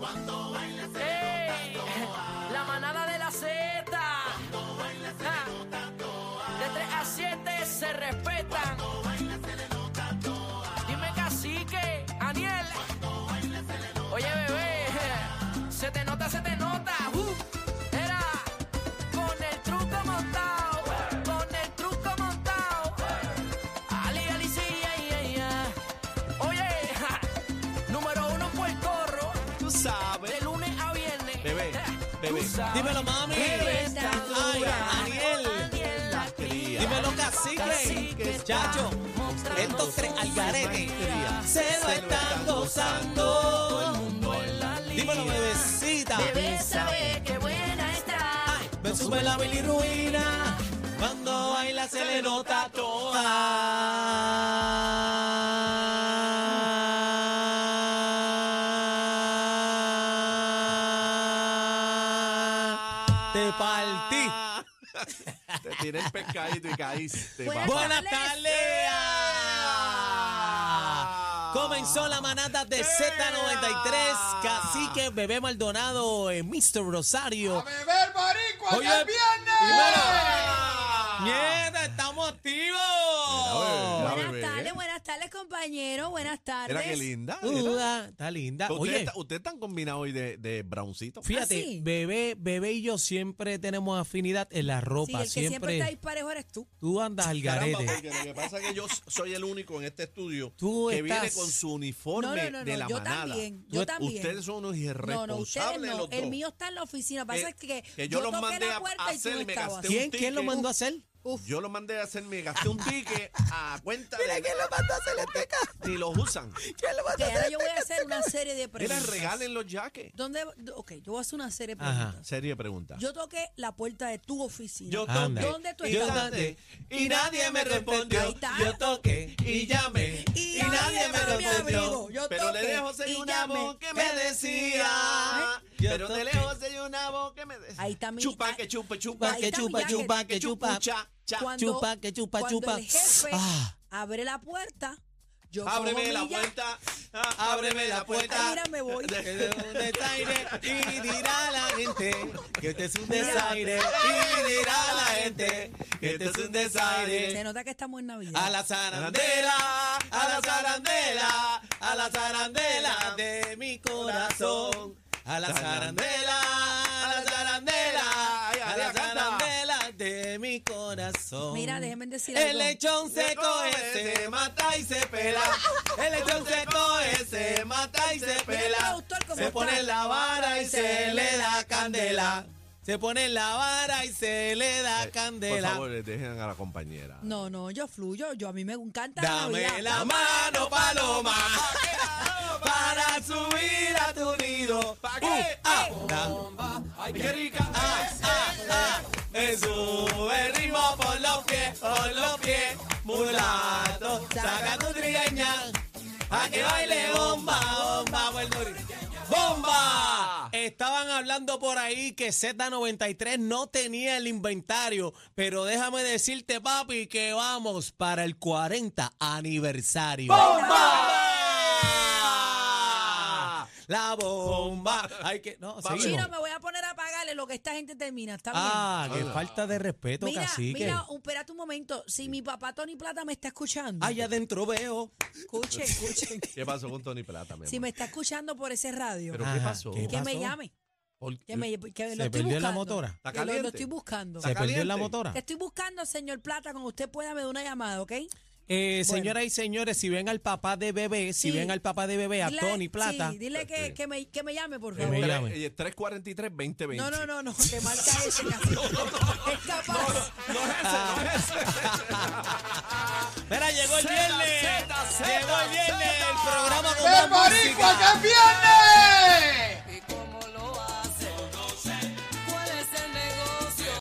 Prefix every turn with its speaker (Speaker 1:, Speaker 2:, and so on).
Speaker 1: ¡Ey! La manada de la Z. Ah. De 3 a 7 se respetan. Dime cacique, Aniel. Oye, bebé. Se te nota, se te nota. Uh. Era con el truco montado. Con el truco montado. Ali, ali, sí, ay, ay, ay. Oye, ja. número uno fue el corro.
Speaker 2: Tú sabes.
Speaker 1: De lunes a viernes.
Speaker 2: Bebé,
Speaker 1: Tú
Speaker 2: bebé.
Speaker 1: sabes.
Speaker 2: Dímelo, mami.
Speaker 1: Bebé está
Speaker 2: Ay,
Speaker 1: dura.
Speaker 2: Aniel.
Speaker 1: Aniel la cría.
Speaker 2: Dímelo, cacique.
Speaker 1: Cacique
Speaker 2: Chacho.
Speaker 1: está mostrando
Speaker 2: Estos tres
Speaker 1: su
Speaker 2: al garete
Speaker 1: maestría.
Speaker 2: se lo están gozando. Dímelo, bebecita.
Speaker 1: Bebé sabe que buena está.
Speaker 2: Ay, me sube la bilirruina. Cuando baila se le nota toda. Te partí.
Speaker 3: Te tiré el pescadito y caíste.
Speaker 1: Buenas
Speaker 3: papá.
Speaker 2: Buenas tardes. Comenzó la manada de Z93, Cacique, Bebé Maldonado, eh, Mr. Rosario.
Speaker 3: beber boricua
Speaker 2: Oye,
Speaker 3: que es viernes!
Speaker 2: dímelo. ¡Nieta, estamos activos!
Speaker 3: Mira,
Speaker 4: Buenas
Speaker 3: bebé.
Speaker 4: tardes, buenas tardes, compañero. Buenas tardes.
Speaker 3: Mira qué linda. mira.
Speaker 2: Duda, está linda.
Speaker 3: Ustedes
Speaker 2: Uh, ah, Oye,
Speaker 3: está- ustedes están combinados hoy de, de browncito.
Speaker 2: fíjate,
Speaker 4: ¿Ah, sí?
Speaker 2: Bebé, Bebé y yo siempre tenemos afinidad en la
Speaker 4: Sí,
Speaker 2: ropa.
Speaker 4: el que siempre, está
Speaker 2: siempre
Speaker 4: disparejo eres tú.
Speaker 2: tú andas al
Speaker 3: Caramba,
Speaker 2: garete.
Speaker 3: porque lo que pasa es que yo soy el único en este estudio
Speaker 2: Tú
Speaker 3: que
Speaker 2: estás-
Speaker 3: viene con su uniforme
Speaker 4: No, no, no,
Speaker 3: de
Speaker 4: no,
Speaker 3: la
Speaker 4: yo
Speaker 3: manada.
Speaker 4: también, yo
Speaker 3: Ustedes
Speaker 4: también.
Speaker 3: Ustedes son unos
Speaker 4: No, no, ustedes
Speaker 3: irresponsables
Speaker 4: no.
Speaker 3: los dos.
Speaker 4: El mío está en la oficina. Pasa
Speaker 3: Eh,
Speaker 4: es que,
Speaker 3: que yo los
Speaker 4: toqué
Speaker 3: mandé
Speaker 4: la
Speaker 3: a
Speaker 4: puerta y tú no
Speaker 3: hacerme
Speaker 4: estabas.
Speaker 3: gasté un-
Speaker 2: ¿Quién, ¿Quién lo
Speaker 3: ticket.
Speaker 2: mandó a hacer?
Speaker 3: Yo lo mandé a hacer, me gasté un ticket a cuenta de... quién lo mandó a hacer este Ni los usan.
Speaker 4: Ok, ahora yo voy a hacer una serie de
Speaker 3: Mira,
Speaker 4: preguntas.
Speaker 3: regalen los jaques.
Speaker 4: ¿Dónde? Ok, yo voy a hacer una serie de
Speaker 2: Ajá.
Speaker 4: preguntas.
Speaker 3: Serie de preguntas.
Speaker 4: Yo toqué la puerta de tu oficina.
Speaker 3: Yo
Speaker 2: Anda.
Speaker 3: toqué.
Speaker 4: ¿Dónde tú
Speaker 3: y
Speaker 4: estabas?
Speaker 3: llamé, Y nadie me
Speaker 4: Ahí
Speaker 3: respondió.
Speaker 4: está.
Speaker 2: Yo toqué
Speaker 3: Y llamé. Y,
Speaker 4: Y nadie
Speaker 3: nadie me
Speaker 4: abrió mi
Speaker 3: respondió.
Speaker 4: abrigo. Yo
Speaker 3: pero
Speaker 4: toqué
Speaker 3: de lejos
Speaker 4: y
Speaker 3: hay una
Speaker 4: llamé.
Speaker 3: voz que me decía.
Speaker 2: Yo
Speaker 3: Pero de
Speaker 2: toqué.
Speaker 3: lejos hay una voz que me decía.
Speaker 4: Ahí está mi-
Speaker 3: Chupa
Speaker 4: ahí-
Speaker 3: que chupa, chupa.
Speaker 4: Ahí
Speaker 2: que
Speaker 4: está mi
Speaker 2: chupa,
Speaker 4: jacket.
Speaker 2: chupa, que chupa.
Speaker 3: Cha, cha.
Speaker 4: Cuando-
Speaker 2: Chupa, que chupa,
Speaker 4: cuando
Speaker 2: chupa.
Speaker 4: El jefe
Speaker 2: Ah.
Speaker 4: abre la puerta. Yo cojo
Speaker 3: Ábreme
Speaker 4: mi
Speaker 3: la
Speaker 4: llave.
Speaker 3: puerta. ah, Ábreme la
Speaker 4: Ay,
Speaker 3: puerta.
Speaker 4: mira, me voy.
Speaker 2: Que de un desaire y dirá la gente que este es un desaire y dirá la gente que este es un
Speaker 4: Se
Speaker 2: desaire.
Speaker 4: nota que estamos en Navidad.
Speaker 2: A la zarandela, a la zarandela, a la zarandela de mi corazón. A la zarandela, a la zarandela, a la zarandela de mi corazón.
Speaker 4: Mira, déjenme decir
Speaker 2: El
Speaker 4: algo.
Speaker 2: lechón se coge, se mata y se pela. El lechón se coge, se mata y se
Speaker 4: Mira el
Speaker 2: pela.
Speaker 4: productor cómo
Speaker 2: Se
Speaker 4: está.
Speaker 2: pone la vara y se le da candela. Se pone la vara y se le da
Speaker 3: Por
Speaker 2: candela.
Speaker 3: favor, dejen a la compañera.
Speaker 4: No, no, yo fluyo. Yo a mí me encanta
Speaker 2: Dame
Speaker 4: Navidad.
Speaker 2: la mano, paloma, para subir a tu nido.
Speaker 3: ¿Pa' qué?
Speaker 2: Uh, ah, ay, qué rica. Ah, ah, ah. Me sube el ritmo por los pies, por los pies. Mulato, saca tu trigueña, a que baile bomba, bomba, puertorriqueña. ¡Bomba! Estaban hablando por ahí que Z93 no tenía el inventario, pero déjame decirte, papi, que vamos para el 40 aniversario. ¡Bomba! La bomba. Hay que. No,
Speaker 4: Chino,
Speaker 2: seguimos.
Speaker 4: me voy a poner a pagarle lo que esta gente termina. Está bien.
Speaker 2: Ah, qué falta de respeto,
Speaker 4: mira,
Speaker 2: cacique.
Speaker 4: mira, un- espérate un momento. Si mi papá Tony Plata me está escuchando,
Speaker 2: Allá adentro veo.
Speaker 4: escuchen, escuchen.
Speaker 3: ¿Qué pasó con Tony Plata, mi
Speaker 4: si
Speaker 3: amor?
Speaker 4: me está escuchando por ese radio,
Speaker 3: ¿Pero qué
Speaker 2: Ajá,
Speaker 3: pasó?
Speaker 2: ¿qué
Speaker 4: que me
Speaker 2: pasó?
Speaker 4: llame.
Speaker 3: Por-
Speaker 4: Que me, que lo
Speaker 2: ¿Se
Speaker 4: estoy
Speaker 2: perdió la
Speaker 4: buscando.
Speaker 2: motora?
Speaker 3: ¿Está
Speaker 4: Que lo- lo,
Speaker 3: caliente?
Speaker 4: estoy buscando.
Speaker 2: ¿Se perdió en la
Speaker 3: caliente?
Speaker 2: motora?
Speaker 4: Te estoy buscando, señor Plata. Cuando usted pueda, me da una llamada, ¿ok?
Speaker 2: Eh, Señoras y señores, si ven al papá de bebé, si
Speaker 4: Sí.
Speaker 2: ven al papá de bebé, Eh, a
Speaker 4: Dile-
Speaker 2: Tony Plata, Eh,
Speaker 4: Sí, dile que, que me, que me llame, por
Speaker 2: Que me
Speaker 4: favor.
Speaker 2: llame.
Speaker 3: Tres- eh, 343-2020.
Speaker 4: No, no, no, no, que marca ese cacique. Es capaz.
Speaker 3: No es ese, no es ese.
Speaker 2: Mira, llegó el
Speaker 3: Zeta,
Speaker 2: viernes.
Speaker 3: Zeta, Zeta,
Speaker 2: llegó el viernes
Speaker 3: Zeta.
Speaker 2: el programa
Speaker 5: ¡El
Speaker 2: con más
Speaker 5: boricua
Speaker 2: música.
Speaker 5: que viene!